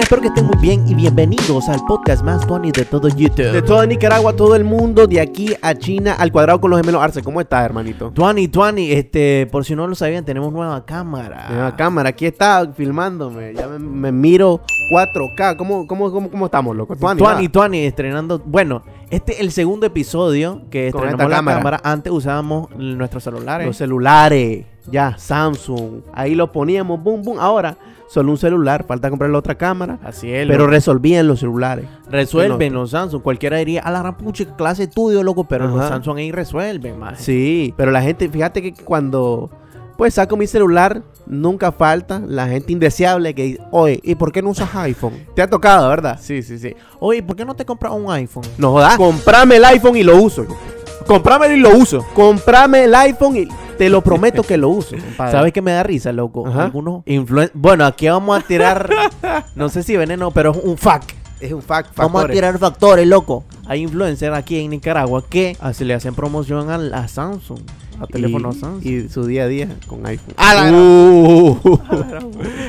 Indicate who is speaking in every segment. Speaker 1: espero que estén muy bien y bienvenidos al podcast más Tony de todo YouTube.
Speaker 2: De toda Nicaragua, todo el mundo, de aquí a China, al cuadrado con los gemelos Arce. ¿Cómo estás, hermanito?
Speaker 1: Tuani, Tuani, este, por si no lo sabían, tenemos nueva cámara.
Speaker 2: Nueva cámara, aquí está filmándome. Ya me, me miro 4K. ¿Cómo, cómo, cómo, cómo estamos, loco?
Speaker 1: Tuani, Tuani, Tuani, estrenando. Bueno, este es el segundo episodio que
Speaker 2: Con
Speaker 1: estrenamos
Speaker 2: esta
Speaker 1: la cámara.
Speaker 2: cámara.
Speaker 1: Antes usábamos nuestros celulares.
Speaker 2: Los celulares, ya, Samsung. Ahí lo poníamos, boom, boom. Ahora, solo un celular, falta comprar la otra cámara.
Speaker 1: Así es.
Speaker 2: Pero
Speaker 1: loco.
Speaker 2: resolvían los celulares.
Speaker 1: resuelven los Samsung. Cualquiera diría, a la gran pucha, qué clase de estudio, loco, pero los
Speaker 2: Ajá.
Speaker 1: Samsung ahí resuelven, más.
Speaker 2: Sí, pero la gente, fíjate que cuando pues saco mi celular, nunca falta la gente indeseable que dice, oye, ¿y por qué no usas iPhone? Te ha tocado, ¿verdad?
Speaker 1: Sí, sí, sí. Oye, ¿por qué no te compras un iPhone?
Speaker 2: No jodas. Comprame el iPhone y lo uso. Comprame y lo uso. Comprame el iPhone y te lo prometo que lo uso. compadre.
Speaker 1: ¿Sabes qué me da risa, loco?
Speaker 2: Ajá.
Speaker 1: Algunos influen- Bueno, aquí vamos a tirar. no sé si veneno, pero es un fact.
Speaker 2: Es un fact.
Speaker 1: Vamos a
Speaker 2: factores.
Speaker 1: tirar factores, loco. Hay influencers aquí en Nicaragua que ah, se le hacen promoción a, la Samsung, a
Speaker 2: Y-
Speaker 1: teléfonos Samsung.
Speaker 2: Y su día a día con iPhone.
Speaker 1: A la gran-
Speaker 2: Uh.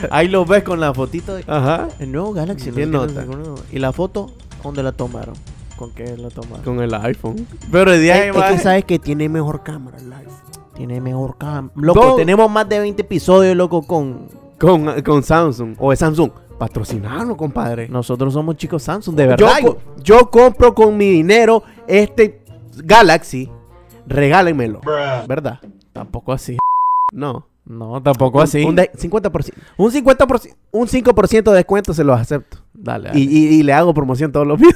Speaker 1: Ahí los ves con la fotito. de-
Speaker 2: Ajá.
Speaker 1: El nuevo Galaxy.
Speaker 2: Bien
Speaker 1: sé qué,
Speaker 2: nota.
Speaker 1: sé qué, no. Y la foto, ¿dónde la tomaron? ¿Con qué la tomaron?
Speaker 2: Con el iPhone.
Speaker 1: Pero el
Speaker 2: Es, es que sabes que tiene mejor cámara el iPhone.
Speaker 1: Tiene mejor cam. Loco,
Speaker 2: Go.
Speaker 1: tenemos más de 20 episodios, loco, con...
Speaker 2: Con, con Samsung. O es Samsung. Patrocinarlo, compadre.
Speaker 1: Nosotros somos chicos Samsung, de
Speaker 2: Yo
Speaker 1: verdad.
Speaker 2: co- Yo, compro con mi dinero este Galaxy. Regálenmelo. ¿Verdad?
Speaker 1: Tampoco así.
Speaker 2: No.
Speaker 1: No, tampoco así.
Speaker 2: Un, de- 50%.
Speaker 1: Un 50%.
Speaker 2: Un 5% de descuento se los acepto.
Speaker 1: Dale,
Speaker 2: Y, y- y le hago promoción todos los días.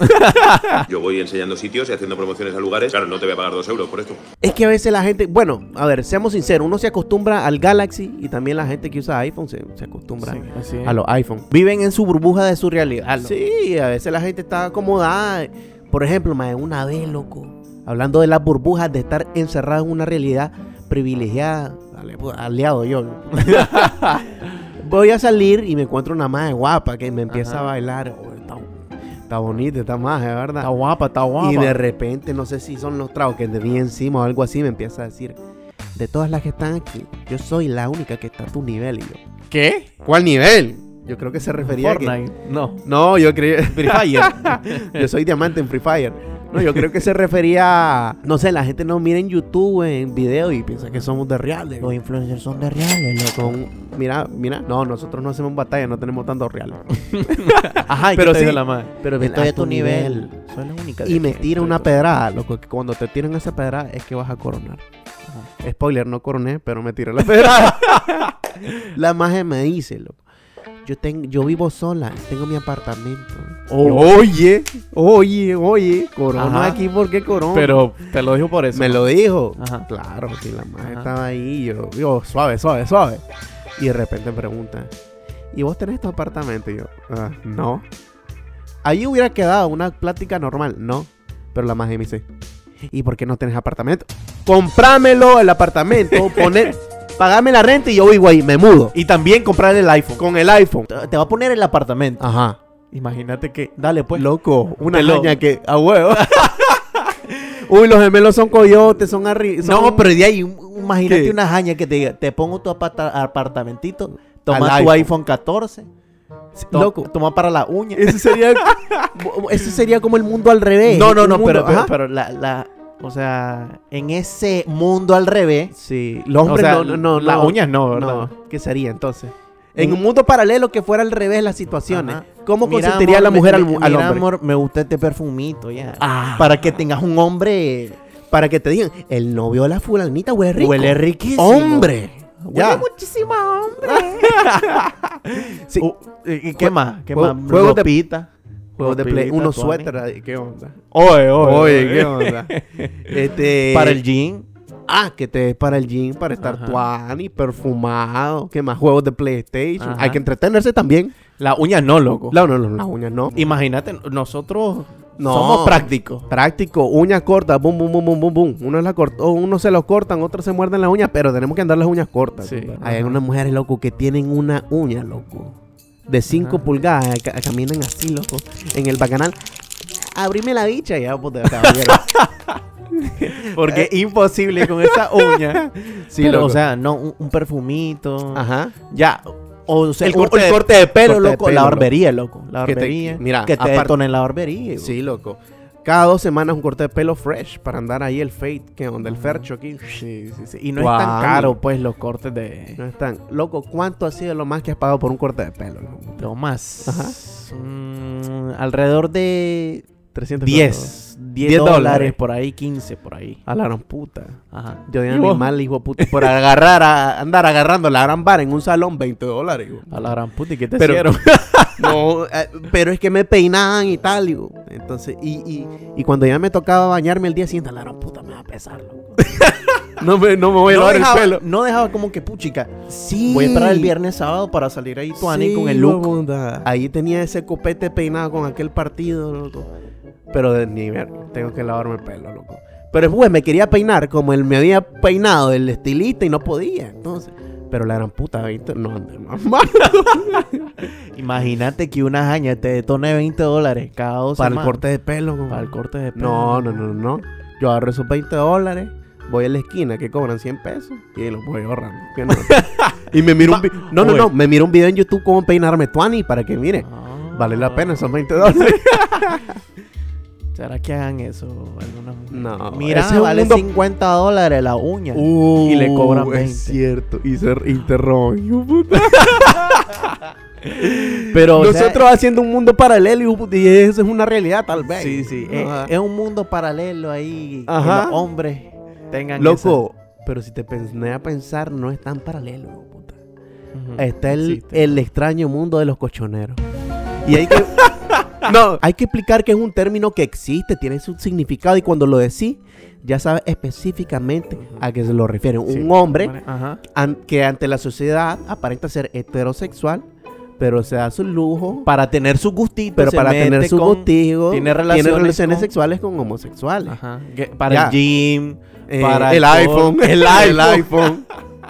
Speaker 3: Yo voy enseñando sitios y haciendo promociones a lugares. Claro, no te voy a pagar dos euros por esto.
Speaker 2: es que a veces la gente. Bueno, a ver, seamos sinceros. Uno se acostumbra al Galaxy y también la gente que usa iPhone se, se acostumbra
Speaker 1: Sí, así es.
Speaker 2: a los iPhone.
Speaker 1: Viven en su burbuja de su realidad. loco.
Speaker 2: Sí, a veces la gente está acomodada. Por ejemplo, mae, una vez, loco, hablando de las burbujas, de estar encerrado en una realidad privilegiada, ale-
Speaker 1: pues.
Speaker 2: aliado yo. ¿no? Voy a salir y me encuentro una madre guapa que me empieza
Speaker 1: Ajá.
Speaker 2: a bailar. Oh, está, está bonita esta madre, ¿verdad?
Speaker 1: Está guapa, está guapa.
Speaker 2: Y de repente, no sé si son los tragos que tenía encima o algo así, me empieza a decir, de todas las que están aquí, yo soy la única que está a tu nivel. Y yo,
Speaker 1: ¿Qué?
Speaker 2: ¿cuál nivel? Yo creo que se refería a que...
Speaker 1: Fortnite. No.
Speaker 2: No, yo creo. Free Fire. yo soy diamante en Free Fire. No, yo creo que se refería a. No sé, la gente nos mira en YouTube, en video y piensa que somos de reales.
Speaker 1: Los influencers son de reales, loco.
Speaker 2: Son- mira, mira. No, nosotros no hacemos batalla, no tenemos tantos reales.
Speaker 1: Ajá,
Speaker 2: Pero
Speaker 1: pero sí.
Speaker 2: sí.
Speaker 1: la madre.
Speaker 2: Pero
Speaker 1: Estoy a tu nivel. Soy la única.
Speaker 2: Y
Speaker 1: de-
Speaker 2: me tira una
Speaker 1: Estoy-
Speaker 2: pedrada, loco. Que cuando te tiran esa pedrada es que vas a coronar.
Speaker 1: Ajá.
Speaker 2: Spoiler, no coroné, pero me tiró la pedrada. la magia me dice, loco. Yo, tengo, yo vivo sola, tengo mi apartamento. Oye, oye, oye, corona
Speaker 1: Oh. Ajá.
Speaker 2: aquí, ¿por qué corona?
Speaker 1: Pero te lo dijo por eso.
Speaker 2: me lo dijo.
Speaker 1: Ajá.
Speaker 2: Claro, si la madre
Speaker 1: Ajá.
Speaker 2: estaba ahí, yo, yo, suave, suave, suave. Y de repente me pregunta, ¿y vos tenés tu apartamento? Y yo, "Ah, no. Ahí hubiera quedado una plática normal, no. Pero la magia me dice, ¿y por qué no tenés apartamento? Comprámelo el apartamento, poner, pagame la renta y yo vivo ahí, me mudo.
Speaker 1: Y también comprar el iPhone.
Speaker 2: Con el iPhone.
Speaker 1: Te te va a poner el apartamento.
Speaker 2: Ajá.
Speaker 1: Imagínate que. Dale, pues.
Speaker 2: Loco, una
Speaker 1: Te lo-
Speaker 2: loña que a huevo. Uy, los gemelos son coyotes, son arriba.
Speaker 1: No, pero de ahí, un- imagínate
Speaker 2: ¿Qué?
Speaker 1: una jaña que te diga, te pongo tu apata- apartamentito, toma
Speaker 2: Al
Speaker 1: tu
Speaker 2: iPhone.
Speaker 1: iPhone 14, to-
Speaker 2: loco.
Speaker 1: toma para la uña.
Speaker 2: Eso sería, eso sería como el mundo al revés.
Speaker 1: No, no,
Speaker 2: Un
Speaker 1: no,
Speaker 2: mundo-
Speaker 1: pero, pero,
Speaker 2: ajá.
Speaker 1: pero la, la- o sea, en ese mundo al revés,
Speaker 2: Sí, los
Speaker 1: o
Speaker 2: hombres
Speaker 1: sea,
Speaker 2: no, no, no,
Speaker 1: las
Speaker 2: no,
Speaker 1: uñas no, ¿verdad?
Speaker 2: no. ¿Qué sería entonces? En un mundo paralelo que fuera al revés las situaciones.
Speaker 1: Ajá.
Speaker 2: ¿Cómo
Speaker 1: Mira,
Speaker 2: consentiría
Speaker 1: amor,
Speaker 2: la mujer al,
Speaker 1: mi-
Speaker 2: al
Speaker 1: mira,
Speaker 2: hombre?
Speaker 1: amor, me gusta este perfumito ya.
Speaker 2: Ah, para,
Speaker 1: Para que tengas un hombre
Speaker 2: para que te digan, el novio de la fulanita huele rico.
Speaker 1: huele riquísimo.
Speaker 2: Hombre.
Speaker 1: Huele
Speaker 2: Ya.
Speaker 1: muchísimo a hombre.
Speaker 2: Sí.
Speaker 1: Oh, ¿Y qué
Speaker 2: Jue-
Speaker 1: más? ¿Qué
Speaker 2: jue-
Speaker 1: más?
Speaker 2: juegos de-
Speaker 1: Ropita.
Speaker 2: Juegos de
Speaker 1: Ropita,
Speaker 2: play, unos
Speaker 1: Tony.
Speaker 2: suéteres, ¿qué onda?
Speaker 1: Oye,
Speaker 2: Oye, ¿qué onda? este,
Speaker 1: Para el jean.
Speaker 2: Ah, que te des para el gym, para estar
Speaker 1: Ajá.
Speaker 2: tuani, perfumado, que más juegos de PlayStation.
Speaker 1: Ajá.
Speaker 2: Hay que entretenerse también.
Speaker 1: Las uñas no, loco.
Speaker 2: No, no, no, las uñas no. Y
Speaker 1: Imagínate, nosotros
Speaker 2: No.
Speaker 1: somos prácticos.
Speaker 2: práctico, uñas cortas, bum, bum, bum, bum, bum, bum. Uno, la cort- o uno se los cortan, otros se muerden las uñas, pero tenemos que andar las uñas cortas.
Speaker 1: Sí.
Speaker 2: compadre.
Speaker 1: Ajá.
Speaker 2: Hay unas mujeres, loco, que tienen una uña, loco. De 5
Speaker 1: Ajá.
Speaker 2: pulgadas, eh, ca- caminan así, loco, en el bacanal. Abrime la bicha y ya, puta, caballero.
Speaker 1: Porque es imposible con esa uña.
Speaker 2: Sí,
Speaker 1: Pero,
Speaker 2: loco.
Speaker 1: o sea, no, un, un perfumito.
Speaker 2: Ajá.
Speaker 1: Ya, O sea,
Speaker 2: El
Speaker 1: el
Speaker 2: corte
Speaker 1: corte,
Speaker 2: de-
Speaker 1: el corte de pelo,
Speaker 2: corte de
Speaker 1: loco.
Speaker 2: pelo,
Speaker 1: la
Speaker 2: loco.
Speaker 1: barbería, loco. La
Speaker 2: Que te-
Speaker 1: barbería.
Speaker 2: mira,
Speaker 1: que te
Speaker 2: aparte-
Speaker 1: detonen la barbería. güey.
Speaker 2: Sí, loco. Cada dos semanas un corte de pelo fresh para andar ahí el fade, que donde el fercho aquí.
Speaker 1: Sí, sí, sí. Y no es
Speaker 2: Guau.
Speaker 1: tan caro, pues, los cortes de.
Speaker 2: No están. Loco, ¿cuánto ha sido lo más que has pagado por un corte de pelo? loco?
Speaker 1: Lo más.
Speaker 2: Ajá.
Speaker 1: Mm, alrededor de
Speaker 2: 300 pesos.
Speaker 1: 10. 10
Speaker 2: dólares.
Speaker 1: dólares, por ahí, 15 por ahí.
Speaker 2: A la gran puta.
Speaker 1: Ajá.
Speaker 2: Yo de
Speaker 1: ¿Y vos?
Speaker 2: animal, hijo de puta. Por agarrar, a- andar agarrando la gran vara en un salón, 20 dólares. hijo.
Speaker 1: A la gran puta, ¿y qué te
Speaker 2: Pero-
Speaker 1: hicieron?
Speaker 2: No, eh, pero es que me peinaban y tal, digo. Entonces, y, y, y cuando ya me tocaba bañarme el día siguiente, la gran puta me va a pesar, loco. no, me, no me voy
Speaker 1: no,
Speaker 2: lavar
Speaker 1: dejaba, no dejaba como que puchica.
Speaker 2: Sí.
Speaker 1: Voy a esperar el viernes sábado para salir ahí tuani
Speaker 2: Sí,
Speaker 1: con el look.
Speaker 2: huevonda. Ahí tenía ese copete peinado con aquel partido, loco. Pero de ni ver, tengo que lavarme el pelo, loco. Pero el juez me quería peinar como él me había peinado el estilista y no podía, entonces. Pero la gran puta, 20, no, anda, mamá.
Speaker 1: Imagínate que una jaña te detone 20 dólares cada dos
Speaker 2: Para el
Speaker 1: semanas.
Speaker 2: corte de pelo, como-
Speaker 1: Para el corte de pelo.
Speaker 2: No, no, no, no. Yo agarro esos 20 dólares, voy a la esquina que cobran 100 pesos y los voy ahorrando. que no. y me miro un vi- No, no,
Speaker 1: Oye.
Speaker 2: no. Me miro un video en YouTube cómo peinarme Tuani para que mire.
Speaker 1: Ah.
Speaker 2: Vale la pena esos 20 dólares.
Speaker 1: ¿Será que hagan eso algunas mujeres?
Speaker 2: No,
Speaker 1: Mira,
Speaker 2: ese es un
Speaker 1: vale
Speaker 2: mundo-
Speaker 1: 50 dólares la uña.
Speaker 2: Uh,
Speaker 1: Y le cobran 20.
Speaker 2: Es cierto. Y se y te roban, hijo puta.
Speaker 1: Pero o sea,
Speaker 2: Nosotros haciendo un mundo paralelo hijo puta, y eso es una realidad, tal vez.
Speaker 1: Sí, sí. eh,
Speaker 2: Ajá.
Speaker 1: es un mundo paralelo ahí. que
Speaker 2: Ajá.
Speaker 1: los hombres tengan.
Speaker 2: Loco, pero si te pones a pensar, no es tan paralelo, hijo puta.
Speaker 1: esa- Ujú.
Speaker 2: Está el,
Speaker 1: Mm, Existe.
Speaker 2: el extraño mundo de los cochoneros. Y hay que. no, hay que explicar que es un término que existe, tiene su significado y cuando lo decís, ya sabes específicamente a qué se lo refiere.
Speaker 1: Sí.
Speaker 2: Un hombre
Speaker 1: Ajá.
Speaker 2: an- que ante la sociedad aparenta ser heterosexual, pero se da su lujo.
Speaker 1: Para tener su gustito.
Speaker 2: pero
Speaker 1: Pues se
Speaker 2: para
Speaker 1: mete
Speaker 2: tener su
Speaker 1: con-
Speaker 2: motivo,
Speaker 1: tiene relaciones con-
Speaker 2: sexuales con homosexuales.
Speaker 1: Ajá. que- Para
Speaker 2: Ya.
Speaker 1: el gym.
Speaker 2: Eh,
Speaker 1: para
Speaker 2: el,
Speaker 1: el
Speaker 2: iPhone,
Speaker 1: cor-
Speaker 2: el
Speaker 1: el
Speaker 2: iPhone,
Speaker 1: iPhone.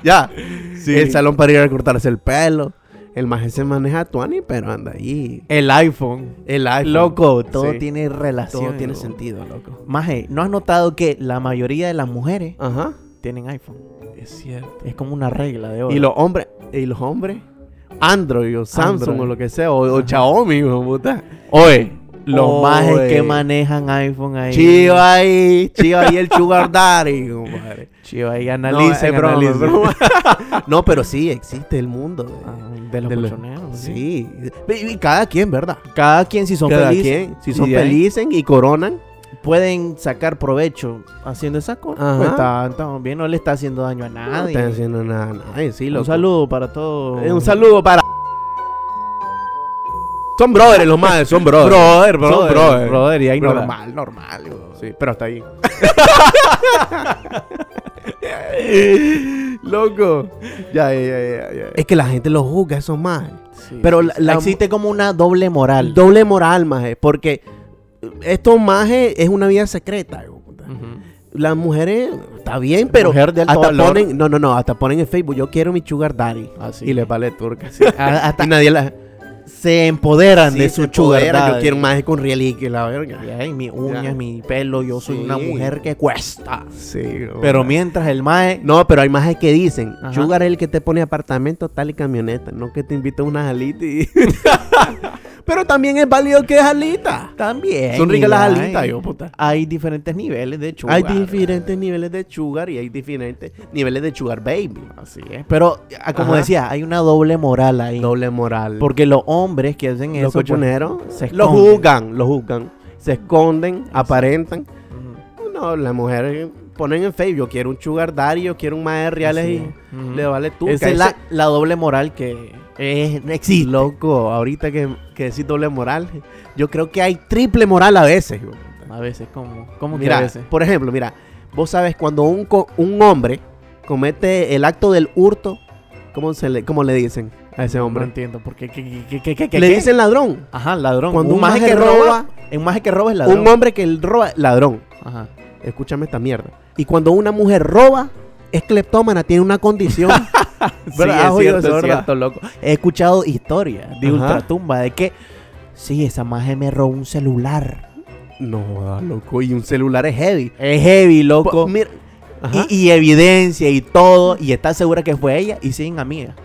Speaker 2: ya,
Speaker 1: Sí.
Speaker 2: el salón para ir a cortarse el pelo. El maje se maneja Tuani, pero anda ahí.
Speaker 1: El iPhone.
Speaker 2: El iPhone.
Speaker 1: Loco, todo
Speaker 2: Sí.
Speaker 1: tiene relación.
Speaker 2: Todo tiene
Speaker 1: loco.
Speaker 2: sentido, loco.
Speaker 1: Maje, ¿no has notado que la mayoría de las mujeres
Speaker 2: Ajá.
Speaker 1: tienen iPhone?
Speaker 2: Es cierto.
Speaker 1: Es como una regla de oro.
Speaker 2: Y los hombres, y los hombres, Android o Samsung
Speaker 1: Android.
Speaker 2: o lo que sea, o, o Xiaomi, hijo de puta.
Speaker 1: Oye, los
Speaker 2: Oye.
Speaker 1: majes que manejan iPhone ahí.
Speaker 2: Chivo ahí, chivo ahí el Sugar Daddy, compadre.
Speaker 1: Chiva, ahí analicen,
Speaker 2: no, es broma,
Speaker 1: analicen.
Speaker 2: es broma. No, pero sí, existe el mundo. de-
Speaker 1: Ah, de los
Speaker 2: de los-
Speaker 1: colchoneros, sí.
Speaker 2: sí. Y, y cada quien, ¿verdad?
Speaker 1: Cada quien, si son
Speaker 2: cada
Speaker 1: felices,
Speaker 2: quien. Si son
Speaker 1: y de ahí
Speaker 2: felices y coronan.
Speaker 1: pueden sacar provecho haciendo esas cosas.
Speaker 2: Ajá.
Speaker 1: Pues está, está bien, no le está haciendo daño a
Speaker 2: No
Speaker 1: nadie.
Speaker 2: están haciendo nada a nadie, sí,
Speaker 1: un
Speaker 2: loco.
Speaker 1: saludo para todos.
Speaker 2: Eh, un saludo para. Son brothers los más, son brothers.
Speaker 1: Brother, brother.
Speaker 2: Son brother.
Speaker 1: brother, y ahí no la-
Speaker 2: normal, normal. digo, Sí, pero hasta ahí. Loco. Ya, ya, ya, ya, ya. Es que la gente lo juzga, eso es mal.
Speaker 1: Sí,
Speaker 2: Pero
Speaker 1: sí,
Speaker 2: la-
Speaker 1: sí.
Speaker 2: la-
Speaker 1: existe como una doble moral.
Speaker 2: Doble moral, maje. Porque estos majes es una vida secreta. digo, puta.
Speaker 1: Ujú.
Speaker 2: Las mujeres, está bien, pero
Speaker 1: Mujer de alto
Speaker 2: hasta
Speaker 1: valor.
Speaker 2: ponen, no, no, no, hasta ponen en Facebook, yo quiero mi sugar daddy.
Speaker 1: Así.
Speaker 2: Y les vale turca.
Speaker 1: A- hasta
Speaker 2: Y nadie la...
Speaker 1: se empoderan
Speaker 2: Sí,
Speaker 1: de
Speaker 2: se
Speaker 1: su
Speaker 2: empoderan,
Speaker 1: chugarra.
Speaker 2: Yo quiero un maje con riel y que la verga.
Speaker 1: mi uñas,
Speaker 2: Ya.
Speaker 1: mi pelo, yo soy
Speaker 2: Sí.
Speaker 1: una mujer que cuesta.
Speaker 2: Sí,
Speaker 1: Pero mientras el mae
Speaker 2: No, pero hay majes que dicen,
Speaker 1: Ajá.
Speaker 2: Sugar es el que te pone apartamento, tal y camioneta, no que te invite a unas alitas y... pero también es válido que es alita.
Speaker 1: también.
Speaker 2: Son ricas
Speaker 1: y
Speaker 2: las
Speaker 1: hay-
Speaker 2: alitas, yo puta.
Speaker 1: Hay diferentes niveles de chugar.
Speaker 2: Hay diferentes niveles de sugar y hay diferentes niveles de sugar baby.
Speaker 1: Así es. Pero, ah, como
Speaker 2: Ajá.
Speaker 1: decía, hay una doble moral ahí.
Speaker 2: Doble moral.
Speaker 1: Porque los hombres que hacen
Speaker 2: los
Speaker 1: eso. pues,
Speaker 2: cochoneros
Speaker 1: se
Speaker 2: lo
Speaker 1: esconden.
Speaker 2: juzgan, lo juzgan, se esconden, aparentan.
Speaker 1: ujú,
Speaker 2: No, las mujeres ponen en Facebook, yo quiero un sugar daddy, yo quiero un maestro reales
Speaker 1: así
Speaker 2: y
Speaker 1: es. Ujú.
Speaker 2: le vale tú.
Speaker 1: Esa es la, la doble moral que es, no existe.
Speaker 2: Loco, ahorita que, que decís doble moral, yo creo que hay triple moral a veces. hijo.
Speaker 1: A veces, como, como que
Speaker 2: Mira,
Speaker 1: a veces.
Speaker 2: por ejemplo, mira, vos sabes cuando un, co- un hombre comete el acto del hurto, ¿cómo, se le, cómo le dicen a ese
Speaker 1: No
Speaker 2: hombre?
Speaker 1: entiendo. Porque, qué, qué, qué, qué, qué,
Speaker 2: le
Speaker 1: qué?
Speaker 2: dicen ladrón.
Speaker 1: Ajá, ladrón.
Speaker 2: Cuando un
Speaker 1: maje
Speaker 2: maje roba-
Speaker 1: un maje que roba es ladrón.
Speaker 2: Un hombre que el roba, ladrón.
Speaker 1: Ajá.
Speaker 2: Escúchame esta mierda. Y cuando una mujer roba, es cleptómana, tiene una condición.
Speaker 1: Pero, ah, oye, eso es verdad.
Speaker 2: loco.
Speaker 1: He escuchado historias de
Speaker 2: Ajá.
Speaker 1: ultratumba de que sí, esa maje me robó un celular.
Speaker 2: No, joda, loco. Y un celular es heavy.
Speaker 1: Es heavy,
Speaker 2: Po-
Speaker 1: loco.
Speaker 2: mira, ajá.
Speaker 1: y, y evidencia y todo. Y está segura que fue ella y siguen amigas.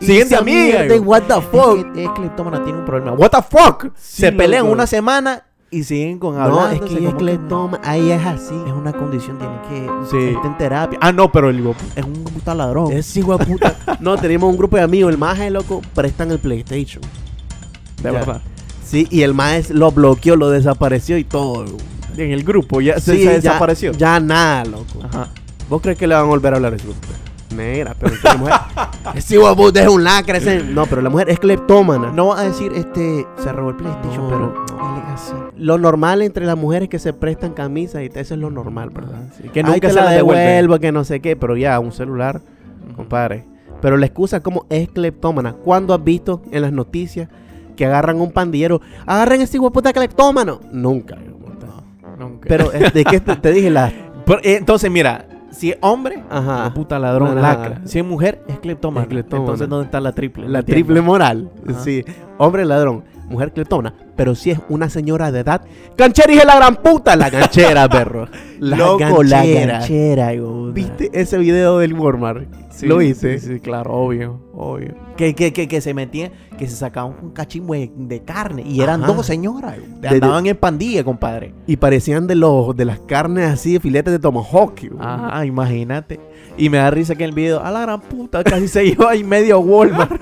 Speaker 2: Siguiente
Speaker 1: esa
Speaker 2: amiga.
Speaker 1: mierda en
Speaker 2: yo.
Speaker 1: What the fuck. Es que, es que Cleptómana tiene un problema. What the fuck.
Speaker 2: Sí,
Speaker 1: se pelean
Speaker 2: loco.
Speaker 1: una semana y siguen con
Speaker 2: No,
Speaker 1: hablándose
Speaker 2: es que ella es
Speaker 1: como que no.
Speaker 2: cleptoma. Ahí es así.
Speaker 1: Es una condición, tiene que
Speaker 2: Sí.
Speaker 1: está en terapia. Ah, no, pero el hijo- es un puta ladrón.
Speaker 2: Es hijo de puta. no, tenemos un grupo de amigos. El maje, loco, prestan el PlayStation.
Speaker 1: de
Speaker 2: Ya.
Speaker 1: verdad.
Speaker 2: Sí, y el maje lo bloqueó, lo desapareció y todo. loco.
Speaker 1: En el grupo ya se,
Speaker 2: Sí,
Speaker 1: se
Speaker 2: ya-
Speaker 1: desapareció.
Speaker 2: Ya nada, loco.
Speaker 1: Ajá.
Speaker 2: ¿Vos crees que le van a volver a hablar a ese grupo? Negra, pero esta mujer. Ese hijo de puta es un lacra. ese- No, pero la mujer es cleptómana.
Speaker 1: No va a decir, este, se robó el PlayStation,
Speaker 2: No,
Speaker 1: pero
Speaker 2: no.
Speaker 1: él es así.
Speaker 2: Lo normal entre las mujeres es que se prestan camisas y te- eso es lo normal, ¿verdad?
Speaker 1: Ajá, sí. Que
Speaker 2: Ay,
Speaker 1: nunca
Speaker 2: te
Speaker 1: se
Speaker 2: la
Speaker 1: la devuelve.
Speaker 2: devuelvo, que no sé qué, pero ya, un celular,
Speaker 1: Ujú.
Speaker 2: compadre. Pero la excusa como es cleptómana. ¿Cuándo has visto en las noticias que agarran un pandillero? ¡Agarren ese hijo de puta cleptómano! Nunca. hijo de puta.
Speaker 1: Nunca.
Speaker 2: Pero, eh, ¿de qué te, te dije? La...
Speaker 1: Pero, eh, entonces, mira, si es hombre,
Speaker 2: Ajá.
Speaker 1: es puta ladrón,
Speaker 2: Ah. Ajá.
Speaker 1: lacra. Si es mujer, es cleptómana.
Speaker 2: Es cleptómana.
Speaker 1: Entonces, ¿dónde está la triple? No
Speaker 2: La
Speaker 1: entiendo.
Speaker 2: triple moral.
Speaker 1: Ajá.
Speaker 2: Sí. Hombre ladrón, mujer cleptona. Pero si es una señora de edad. ¡Canchera, hija de la gran puta! La ganchera, perro. La
Speaker 1: Loco, la
Speaker 2: ganchera.
Speaker 1: ganchera, hijo.
Speaker 2: ¿Viste ese video del Walmart?
Speaker 1: Sí,
Speaker 2: Lo hice.
Speaker 1: Sí, sí, claro, obvio, obvio. Que, que, que, que se metía, que se sacaba un cachimbo de, de carne. Y eran
Speaker 2: Ajá.
Speaker 1: dos señoras. güey.
Speaker 2: De-
Speaker 1: Andaban en pandilla, compadre.
Speaker 2: Y parecían de los de las carnes así, de filetes de tomahawk. güey.
Speaker 1: Ajá, imagínate. Y me da risa que el video, a la gran puta, casi se iba ahí medio Walmart.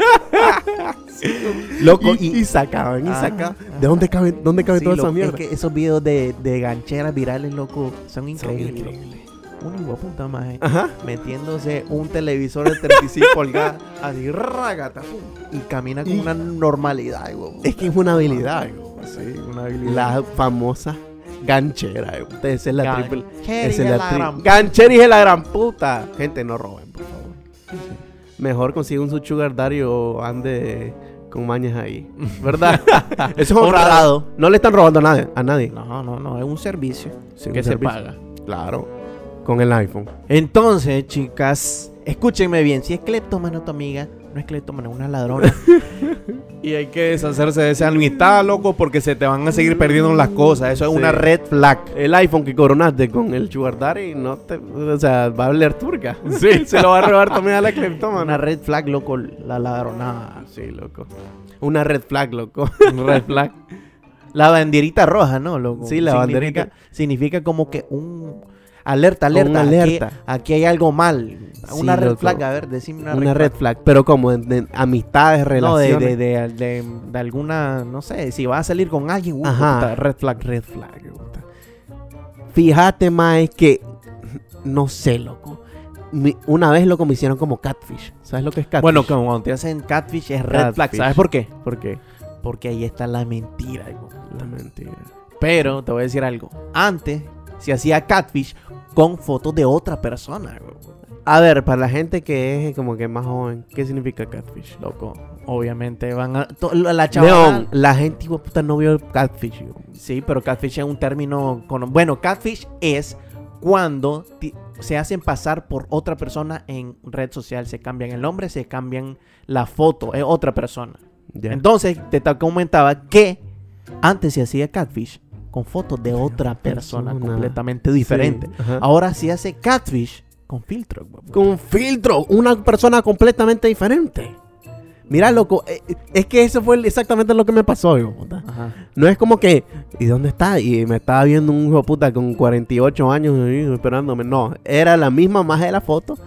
Speaker 2: Loco,
Speaker 1: Y-
Speaker 2: y, y sacaban, y
Speaker 1: Ajá,
Speaker 2: sacaban.
Speaker 1: ajá.
Speaker 2: ¿De dónde cabe, dónde cabe
Speaker 1: Sí,
Speaker 2: toda esa
Speaker 1: loco,
Speaker 2: mierda?
Speaker 1: Es que esos videos de, de gancheras virales, loco, son increíbles. loco.
Speaker 2: increíbles.
Speaker 1: Un hijo de puta más. eh.
Speaker 2: Ajá.
Speaker 1: Metiéndose un televisor de 35 pulgadas, así, ragata, pum, y camina con
Speaker 2: Y-
Speaker 1: una normalidad, güey.
Speaker 2: Es que es una habilidad. güey.
Speaker 1: Sí, una habilidad.
Speaker 2: La famosa ganchera. güey. Esa es la triple.
Speaker 1: Ganchera,
Speaker 2: Esa es
Speaker 1: hija de
Speaker 2: la
Speaker 1: la
Speaker 2: tri-
Speaker 1: gran
Speaker 2: Ganchera, hija de la gran puta. Gente, no roben, por favor. Mejor consigan su sugar daddy o ande con mañas ahí. ¿Verdad? Eso es honrado.
Speaker 1: honrado.
Speaker 2: No le están robando a nadie. A nadie.
Speaker 1: No, no, no, es un servicio
Speaker 2: Sí,
Speaker 1: que
Speaker 2: un
Speaker 1: se
Speaker 2: servicio.
Speaker 1: paga.
Speaker 2: Claro. Con el iPhone.
Speaker 1: Entonces, chicas, escúchenme bien. Si es cleptómano tu amiga, no es cleptómano, es una ladrona.
Speaker 4: Y hay que deshacerse de esa amistad, loco, porque se te van a seguir perdiendo las cosas. Eso es una
Speaker 2: una
Speaker 4: red.
Speaker 2: red flag. El iPhone que coronaste con el Sugar Daddy no te. O sea, va a hablar turca.
Speaker 4: Sí.
Speaker 2: Se lo va a robar también a la
Speaker 1: una
Speaker 2: cleptómana.
Speaker 1: red flag, loco, la ladronada.
Speaker 2: Sí, loco. Una red flag, loco.
Speaker 1: Red flag. La banderita roja, ¿no, loco?
Speaker 2: Sí, la banderita.
Speaker 1: Significa como que un... Alerta, alerta.
Speaker 2: Un
Speaker 1: aquí-
Speaker 2: alerta.
Speaker 1: Aquí, hay algo mal.
Speaker 2: Sí,
Speaker 1: una red
Speaker 2: loco.
Speaker 1: flag, a ver, decime una,
Speaker 2: Una, red flag. Pero como en, en amistades,
Speaker 1: flag. No, de,
Speaker 2: relaciones.
Speaker 1: de, de, de- de alguna, no sé, si vas a salir con alguien, uh,
Speaker 2: Ajá.
Speaker 1: puta, red flag.
Speaker 2: Red flag, uh, me gusta. Fíjate, más que. No sé, loco. Mi- una vez, loco, me hicieron como catfish. ¿Sabes lo que es catfish?
Speaker 1: Bueno, como cuando te hacen catfish es red flag.
Speaker 2: Catfish.
Speaker 1: ¿Sabes por qué?
Speaker 2: ¿por qué?
Speaker 1: Porque ahí está la mentira. hijo.
Speaker 2: La mentira.
Speaker 1: Pero te voy a decir algo. Antes se hacía catfish con fotos de otra persona. hijo.
Speaker 2: A ver, para la gente que es eh, como que más joven, ¿qué significa catfish?
Speaker 1: Loco, obviamente van a... to- la- la chavala...
Speaker 2: León, la gente hijo de puta no vio el catfish. yo.
Speaker 1: Sí, pero catfish es un término... Con... Bueno, catfish es cuando ti- se hacen pasar por otra persona en red social. Se cambian el nombre, se cambian la foto. Es otra persona.
Speaker 2: Ya.
Speaker 1: Entonces, te ta- comentaba que antes se hacía catfish con fotos de otra persona
Speaker 2: persona.
Speaker 1: completamente diferente.
Speaker 2: Sí, ajá.
Speaker 1: Ahora se hace catfish con filtro. güey.
Speaker 2: Con filtro, una persona completamente diferente. Mira, loco, eh, eh, es que eso fue exactamente lo que me pasó, hijo de puta.
Speaker 1: Ah.
Speaker 2: No es como que, ¿y dónde está? Y me estaba viendo un hijo de puta con 48 años eh, esperándome. No, era la misma magia de la foto.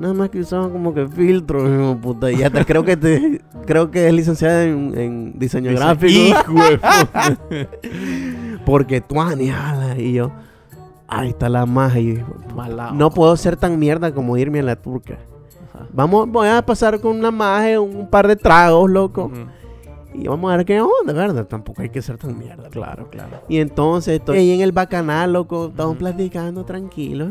Speaker 2: Nada más que usaban como que filtro, hijo de puta. Y hasta creo que te- creo que es licenciada en, en diseño gráfico.
Speaker 4: Hijo de puta.
Speaker 2: Porque tú aniala. Y yo, ahí está la magia. Y yo,
Speaker 1: Malao.
Speaker 2: no puedo ser tan mierda como irme a la turca.
Speaker 1: Ah, Ajá.
Speaker 2: Vamos, voy a pasar con una magia, un par de tragos, loco.
Speaker 1: Ujú.
Speaker 2: Y vamos a ver qué onda, ¿verdad? Tampoco hay que ser tan mierda.
Speaker 1: Claro, claro.
Speaker 2: Y entonces estoy ahí en el bacanal, loco, estamos
Speaker 1: Ujú.
Speaker 2: platicando tranquilos.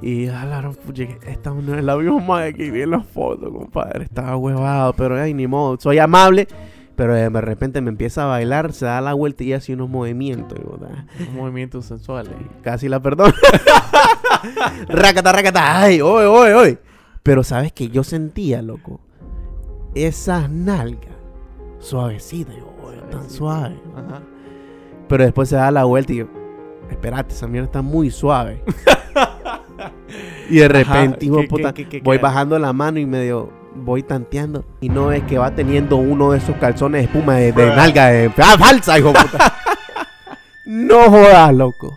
Speaker 2: Y ah, hablaron, llegué, esta no es la misma madre que vi en las fotos, compadre. Estaba huevado, pero ay, ni modo, soy amable. Pero eh, de repente me empieza a bailar, se da la vuelta y hace unos movimientos. y puta,
Speaker 1: Movimientos sensuales.
Speaker 2: casi la perdono. rácata, rácata, ay, oye, oye, oye. Pero sabes que yo sentía, loco, esas nalgas suavecitas, yo, oye, tan
Speaker 1: Suavecitas.
Speaker 2: suaves.
Speaker 1: Ajá.
Speaker 2: Pero después se da la vuelta y yo, espérate, esa mierda está muy suave. y de repente, hijo de
Speaker 1: ¿qué-
Speaker 2: puta,
Speaker 1: qué- qué- qué
Speaker 2: voy
Speaker 1: era?
Speaker 2: bajando la mano y medio voy tanteando y no es que va teniendo uno de esos calzones de espuma de, de nalga de ¡Ah, falsa, hijo de puta! no jodas, loco.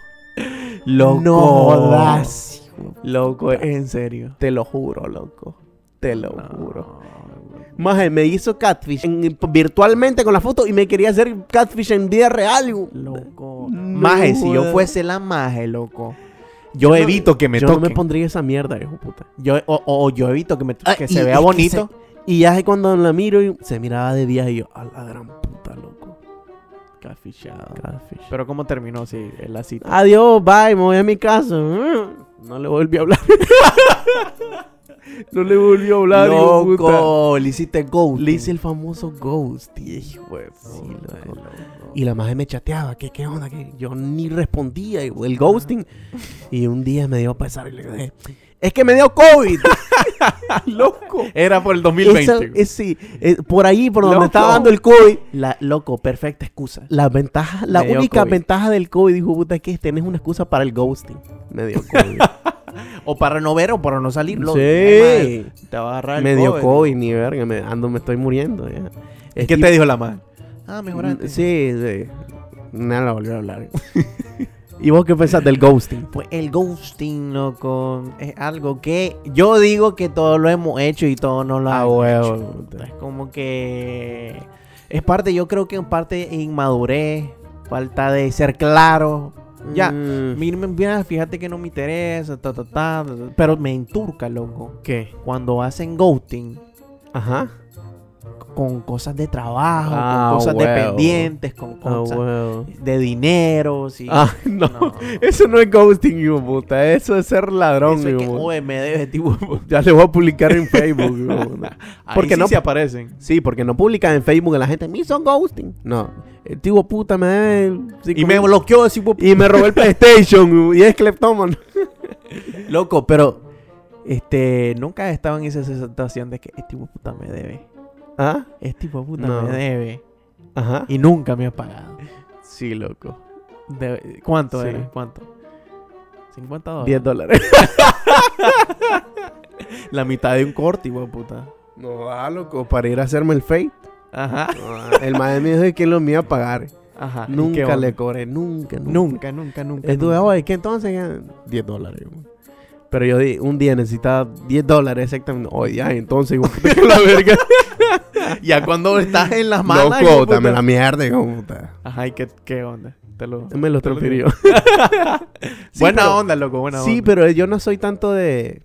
Speaker 1: Loco.
Speaker 2: No jodas. hijo.
Speaker 1: Loco, en serio.
Speaker 2: Te lo juro, loco. Te lo juro.
Speaker 1: No.
Speaker 2: Maje, me hizo catfish en- virtualmente con la foto y me quería hacer catfish en vida real. güey.
Speaker 1: Loco.
Speaker 2: No
Speaker 1: maje, si yo
Speaker 2: jodas.
Speaker 1: fuese la maje, loco.
Speaker 4: Yo evito que me
Speaker 2: Yo no
Speaker 4: toquen.
Speaker 2: me pondría esa mierda, hijo de puta.
Speaker 1: Yo, o, o- o yo evito que, me,
Speaker 2: Ah,
Speaker 1: que
Speaker 2: y-
Speaker 1: se
Speaker 2: y
Speaker 1: vea bonito.
Speaker 2: Y ya es cuando la miro y se miraba de día y yo, a la gran puta, loco.
Speaker 1: Cafichado.
Speaker 2: Catfish.
Speaker 1: Pero ¿cómo terminó sí, la cita?
Speaker 2: Adiós, bye, me voy a mi casa. Mm. No le volví a hablar. no le volví a hablar, hijo de puta.
Speaker 1: le hiciste go.
Speaker 2: Le hice el famoso ghost, hijo de puta. Y la madre me chateaba, ¿qué, qué onda? que Yo ni respondía, y- el ghosting.
Speaker 1: Ah.
Speaker 2: Y un día me dio a pesar y le dije, es que me dio COVID. Ah, Loco.
Speaker 4: Era por el
Speaker 2: Esa-
Speaker 4: 2020.
Speaker 2: es, sí, es por ahí, por donde me
Speaker 1: Loco.
Speaker 2: estaba dando el COVID.
Speaker 1: La, loco, perfecta excusa.
Speaker 2: La ventaja, la
Speaker 1: Me dio
Speaker 2: única
Speaker 1: COVID.
Speaker 2: ventaja del COVID, hijo de puta, es que tenés una excusa para el ghosting. Me dio COVID.
Speaker 1: O para no ver o para no salir. loco.
Speaker 2: Sí.
Speaker 1: Ay, madre, Te va a agarrar el
Speaker 2: me dio
Speaker 1: COVID.
Speaker 2: COVID, ni verga, me, ando, me estoy muriendo. Ya.
Speaker 4: ¿Qué te dijo la madre?
Speaker 1: Ah, mejoraste.
Speaker 2: Sí, sí. Nada, la volví a hablar. ¿Y vos qué pensás del ghosting?
Speaker 1: Pues el ghosting, loco, es algo que yo digo que todos lo hemos hecho y todos no lo
Speaker 2: Ah,
Speaker 1: hemos
Speaker 2: huevo,
Speaker 1: hecho.
Speaker 2: puta.
Speaker 1: Es como que es parte, yo creo que en parte inmadurez, falta de ser claro. Ya,
Speaker 2: Mm.
Speaker 1: mira, mira, fíjate que no me interesa, ta, ta, ta, ta, ta. pero me enturca, loco.
Speaker 2: ¿Qué?
Speaker 1: Cuando hacen ghosting
Speaker 2: Ajá.
Speaker 1: con cosas de trabajo,
Speaker 2: Ah,
Speaker 1: con cosas
Speaker 2: huevo.
Speaker 1: de pendientes, con
Speaker 2: Ah,
Speaker 1: cosas
Speaker 2: huevo.
Speaker 1: de dinero, sí.
Speaker 2: Ah, no.
Speaker 1: No.
Speaker 2: Eso no es ghosting, hijo de puta. Eso es ser ladrón,
Speaker 1: Eso es
Speaker 2: hijo
Speaker 1: que,
Speaker 2: de puta.
Speaker 1: "Oye, me debes, tipo.
Speaker 2: Ya le voy a publicar en Facebook. hijo de puta.
Speaker 4: Porque
Speaker 2: Porque
Speaker 4: no
Speaker 2: no-
Speaker 4: se aparecen.
Speaker 2: sí, porque no publican en Facebook a la gente. Me hizo ghosting. No. El tío de puta me debe cinco
Speaker 1: Y me
Speaker 2: mil-
Speaker 1: bloqueó ese hijo de
Speaker 2: y me robó el PlayStation hijo, y es cleptómano.
Speaker 1: Loco, pero este nunca he estado en esa situación de que este hijo de puta me debe.
Speaker 2: ¿Ah?
Speaker 1: Este hijo de puta
Speaker 2: No.
Speaker 1: me debe.
Speaker 2: Ajá.
Speaker 1: Y nunca me ha pagado.
Speaker 2: Sí, loco.
Speaker 1: De- ¿Cuánto
Speaker 2: Sí.
Speaker 1: era? ¿Cuánto? 50 dólares.
Speaker 2: 10 dólares.
Speaker 1: La mitad de un corte, hijo de puta.
Speaker 2: No va, loco, para ir a hacerme el fake.
Speaker 1: Ajá.
Speaker 2: Ah, El madre mío dijo que lo me iba a pagar.
Speaker 1: Ajá. Ah, ¿Y qué
Speaker 2: Nunca
Speaker 1: onda?
Speaker 2: le cobré, nunca, eh. nunca.
Speaker 1: Nunca, nunca, nunca.
Speaker 2: Estuve,
Speaker 1: nunca.
Speaker 2: oye, ¿qué entonces? Ya, 10 dólares. güey. Pero yo di, un día necesitaba 10 dólares exactamente. Oye, ya, entonces, hijo puta, que la verga.
Speaker 1: Ya cuando estás en las manos. hijo de
Speaker 2: Loco,
Speaker 1: puta.
Speaker 2: dame la mierda, hijo de puta.
Speaker 1: Ajá, ¿y qué, qué onda? Te lo...
Speaker 2: Me los transfirió. Sí,
Speaker 1: buena
Speaker 2: pero-
Speaker 1: onda, loco, buena
Speaker 2: Sí,
Speaker 1: onda.
Speaker 2: pero yo no soy tanto de.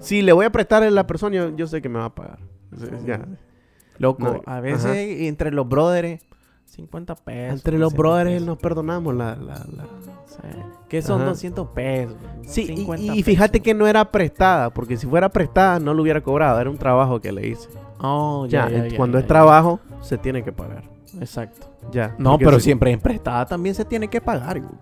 Speaker 2: Si le voy a prestar a la persona, yo, yo sé que me va a pagar.
Speaker 1: Sí, pero...
Speaker 2: Ya.
Speaker 1: Loco,
Speaker 2: No,
Speaker 1: a veces
Speaker 2: ajá.
Speaker 1: entre los brothers, 50 pesos.
Speaker 2: Entre los
Speaker 1: 60
Speaker 2: brothers
Speaker 1: pesos.
Speaker 2: nos perdonamos la. la- la-
Speaker 1: Sí. Que son
Speaker 2: Ajá.
Speaker 1: 200 pesos.
Speaker 2: Sí, y-
Speaker 1: 50
Speaker 2: y, fíjate
Speaker 1: pesos.
Speaker 2: que no era prestada, porque si fuera prestada no lo hubiera cobrado, era un trabajo que le hice.
Speaker 1: Oh,
Speaker 2: Ya,
Speaker 1: ya, ya,
Speaker 2: ent-
Speaker 1: ya,
Speaker 2: cuando
Speaker 1: ya,
Speaker 2: es trabajo, se tiene que pagar.
Speaker 1: ya. Exacto.
Speaker 2: Ya.
Speaker 1: No,
Speaker 2: porque
Speaker 1: pero
Speaker 2: si-
Speaker 1: siempre en prestada también se tiene que pagar. güey.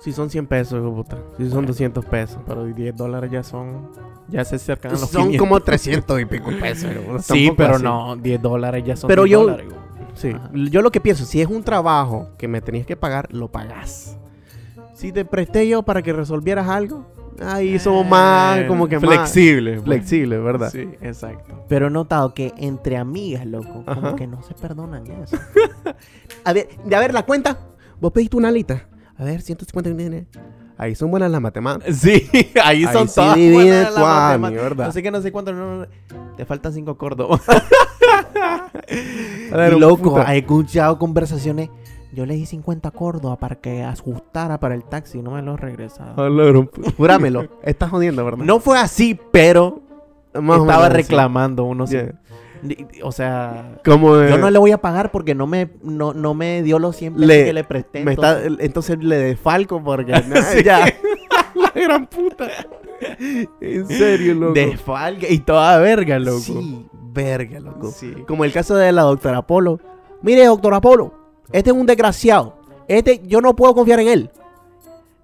Speaker 2: Si son 100 pesos, hijo de puta. Si son 200 pesos.
Speaker 1: Pero 10 dólares ya son. Ya se acercan a los
Speaker 2: Son
Speaker 1: 500.
Speaker 2: como 300 y pico pesos. hijo de puta,
Speaker 1: Sí,
Speaker 2: tampoco
Speaker 1: pero
Speaker 2: así.
Speaker 1: no, 10 dólares ya son
Speaker 2: Pero
Speaker 1: 10
Speaker 2: yo-
Speaker 1: dólares, güey.
Speaker 2: Sí.
Speaker 1: Ajá.
Speaker 2: Yo lo que pienso, si es un trabajo que me tenías que pagar, lo pagás. Si te presté yo para que resolvieras algo, ahí somos más, como que
Speaker 4: Flexible.
Speaker 2: más flexibles, ¿verdad?
Speaker 4: Sí, exacto.
Speaker 1: Pero he notado que entre amigas, loco,
Speaker 2: Ajá.
Speaker 1: como que no se perdonan eso.
Speaker 2: A ver, de a ver la cuenta, vos pediste una alita. A ver, 150 millones. Ahí son buenas las matemáticas.
Speaker 4: Sí, ahí
Speaker 2: Ahí
Speaker 4: son
Speaker 2: sí
Speaker 4: todas.
Speaker 2: divide
Speaker 1: buenas las
Speaker 2: cuami,
Speaker 1: matemáticas.
Speaker 2: ¿verdad?
Speaker 1: Así que no sé cuánto. no, no, no. Te faltan 5 cordos.
Speaker 2: A ver,
Speaker 1: Y loco,
Speaker 2: puta.
Speaker 1: he escuchado conversaciones. Yo le di 50 córdobas para que ajustara para el taxi no me lo regresaba.
Speaker 2: A la gran puta. Júramelo, estás jodiendo, ¿verdad?
Speaker 1: No fue así, pero
Speaker 2: Más o menos
Speaker 1: estaba
Speaker 2: así.
Speaker 1: reclamando unos.
Speaker 2: Yeah.
Speaker 1: O sea,
Speaker 2: Como eh,
Speaker 1: yo no le voy a pagar porque no me, no, no me dio los 100 pesos
Speaker 2: Le-
Speaker 1: que le presté.
Speaker 2: me está, el- entonces le desfalco porque nah, ya. la gran puta. En serio, loco.
Speaker 1: desfalque y toda verga, loco.
Speaker 2: Sí, verga, loco.
Speaker 1: Sí.
Speaker 2: Como el caso de la doctora Polo. Mire, doctora Polo, este es un desgraciado. Este, yo no puedo confiar en él.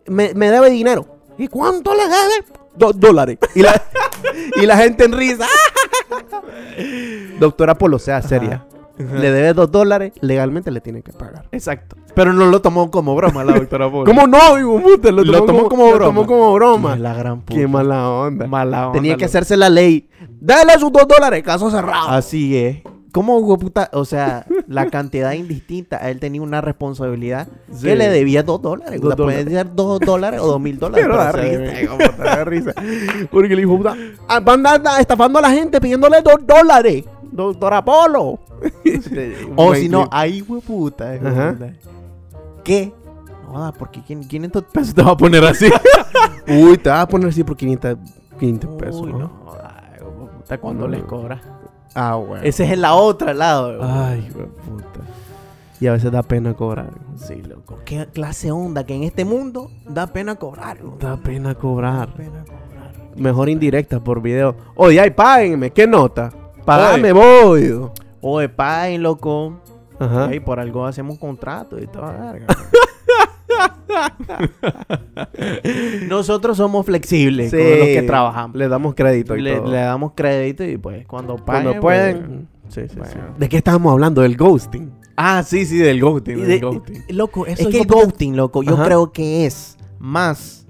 Speaker 2: Me, me debe dinero. ¿Y cuánto le debe? Dos dólares. Y la, y la gente en risa. doctora Polo, sea seria. Le debe dos dólares, legalmente le tiene que pagar.
Speaker 1: Exacto. Pero no lo tomó como broma la doctora Polo.
Speaker 2: ¿Cómo no? hijo de puta? Lo
Speaker 1: Lo tomó como
Speaker 2: Lo tomó
Speaker 1: broma.
Speaker 2: como broma.
Speaker 1: La gran puta.
Speaker 2: Qué mala onda.
Speaker 1: Mala onda,
Speaker 2: Tenía que
Speaker 1: loco.
Speaker 2: hacerse la ley. Dale sus dos dólares, caso cerrado.
Speaker 1: Así es. Ah. ¿Cómo hubo puta? O sea, la cantidad indistinta. Él tenía una responsabilidad que
Speaker 4: Sí.
Speaker 1: le debía dos dólares.
Speaker 2: Dos
Speaker 1: puede Pueden ser dos dólares o dos mil dólares.
Speaker 2: Pero da
Speaker 1: pero se-
Speaker 2: risa, eh. hijo puta, da risa. Porque le dijo, puta, ah, van a andar estafando a la gente pidiéndole dos dólares. Doctor Apolo. Este,
Speaker 1: O si
Speaker 2: ah,
Speaker 1: no, ahí, hueputa.
Speaker 2: Ajá.
Speaker 1: ¿Qué? No, joda, porque 500 pesos te va a poner así.
Speaker 2: Uy, te vas a poner así por 500, 500 pesos.
Speaker 1: Uy,
Speaker 2: ¿no?
Speaker 1: no, joda, hueputa, cuando
Speaker 2: No,
Speaker 1: les
Speaker 2: no.
Speaker 1: cobra.
Speaker 2: Ah, bueno.
Speaker 1: Ese es el la otra lado. hueputa.
Speaker 2: Ay, güey, puta. Y a veces da pena cobrar.
Speaker 1: Sí, loco. ¿Qué clase de onda? Que en este mundo da pena cobrar. hueputa.
Speaker 2: Da pena cobrar.
Speaker 1: pena cobrar.
Speaker 2: Mejor indirecta por video. Oye, ay, páguenme. ¿Qué nota? Pagame,
Speaker 4: Oye.
Speaker 2: voy.
Speaker 1: Oye, paguen, loco.
Speaker 2: Ajá.
Speaker 1: Ey, por algo hacemos un contrato y toda la verga. Nosotros somos flexibles con los que trabajamos.
Speaker 2: Le damos crédito y
Speaker 1: Le,
Speaker 2: todo.
Speaker 1: le damos crédito y pues cuando paguen.
Speaker 2: Cuando pueden. Sí, sí, sí.
Speaker 1: Bueno.
Speaker 2: ¿De qué estábamos hablando? Del ghosting.
Speaker 4: Ah, sí, sí, del
Speaker 1: pues,
Speaker 4: ghosting.
Speaker 1: y
Speaker 4: Del
Speaker 1: de-
Speaker 4: ghosting.
Speaker 1: loco, eso
Speaker 2: Es
Speaker 1: es
Speaker 2: que
Speaker 1: que
Speaker 2: el
Speaker 1: el ghosting, loco, yo
Speaker 2: Ajá.
Speaker 1: creo que es más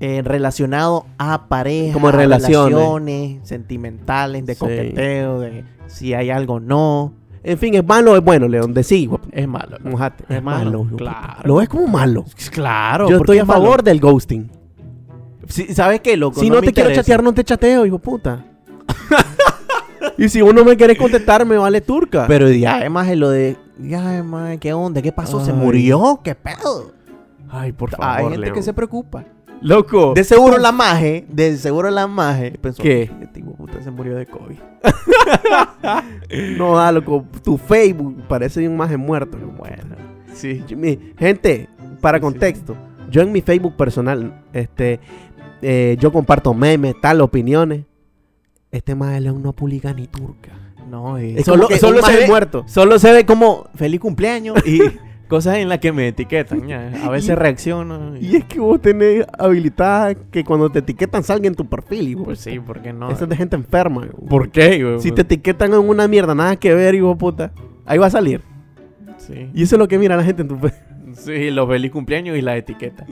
Speaker 1: eh, relacionado a parejas,
Speaker 2: Como relaciones.
Speaker 1: relaciones sentimentales, de
Speaker 2: Sí.
Speaker 1: coqueteo, de si hay algo o no.
Speaker 2: En fin, es malo o es bueno, León. Decí, guapo.
Speaker 1: Es malo. loco.
Speaker 2: Mojate.
Speaker 1: Es malo,
Speaker 2: hijo de
Speaker 1: claro.
Speaker 2: puta. Lo ves como malo.
Speaker 1: Claro.
Speaker 2: Yo
Speaker 1: ¿por
Speaker 2: estoy
Speaker 1: qué
Speaker 2: a
Speaker 1: es malo?
Speaker 2: favor del ghosting.
Speaker 1: Sí, ¿Sabes qué, loco?
Speaker 2: Si no,
Speaker 1: me
Speaker 2: te quiero
Speaker 1: interesa.
Speaker 2: chatear, no te chateo, hijo de puta. y si uno me quiere contestar, me vale turca.
Speaker 1: Pero ya, además es lo de. Ya, además, ¿qué onda? ¿Qué pasó? ¿Se
Speaker 2: Ay.
Speaker 1: murió? ¿Qué pedo?
Speaker 2: Ay, por favor.
Speaker 1: Hay gente
Speaker 2: León.
Speaker 1: que se preocupa.
Speaker 4: Loco.
Speaker 1: De seguro la maje, de seguro la maje pensó
Speaker 2: ¿Qué?
Speaker 1: Este hijo de puta se murió de COVID.
Speaker 2: No, da, loco. Tu Facebook parece un maje muerto. Bueno.
Speaker 4: Sí.
Speaker 2: Yo- mi- gente, para
Speaker 4: Sí, sí.
Speaker 2: contexto, yo en mi Facebook personal, este, eh, yo comparto memes, tal, opiniones. Este más él no publica ni turca.
Speaker 1: No, es,
Speaker 2: Es
Speaker 1: solo,
Speaker 2: como que
Speaker 1: solo
Speaker 2: un
Speaker 1: se
Speaker 2: maje
Speaker 1: ve,
Speaker 2: muerto.
Speaker 1: solo se ve como feliz cumpleaños y cosas en las que me etiquetan. ya. A veces
Speaker 2: Y-
Speaker 1: reacciono. y-
Speaker 2: Y es que vos tenés habilitada que cuando te etiquetan salga en tu perfil. hijo.
Speaker 1: pues sí, ¿por qué no?
Speaker 2: Eso es de gente enferma.
Speaker 4: ¿Por qué, güey?
Speaker 2: Si te etiquetan en una mierda, nada que ver, hijo de puta. Ahí va a salir.
Speaker 1: pues, Sí.
Speaker 2: Y eso es lo que mira la gente en tu Facebook.
Speaker 4: Sí, los feliz cumpleaños y la etiqueta.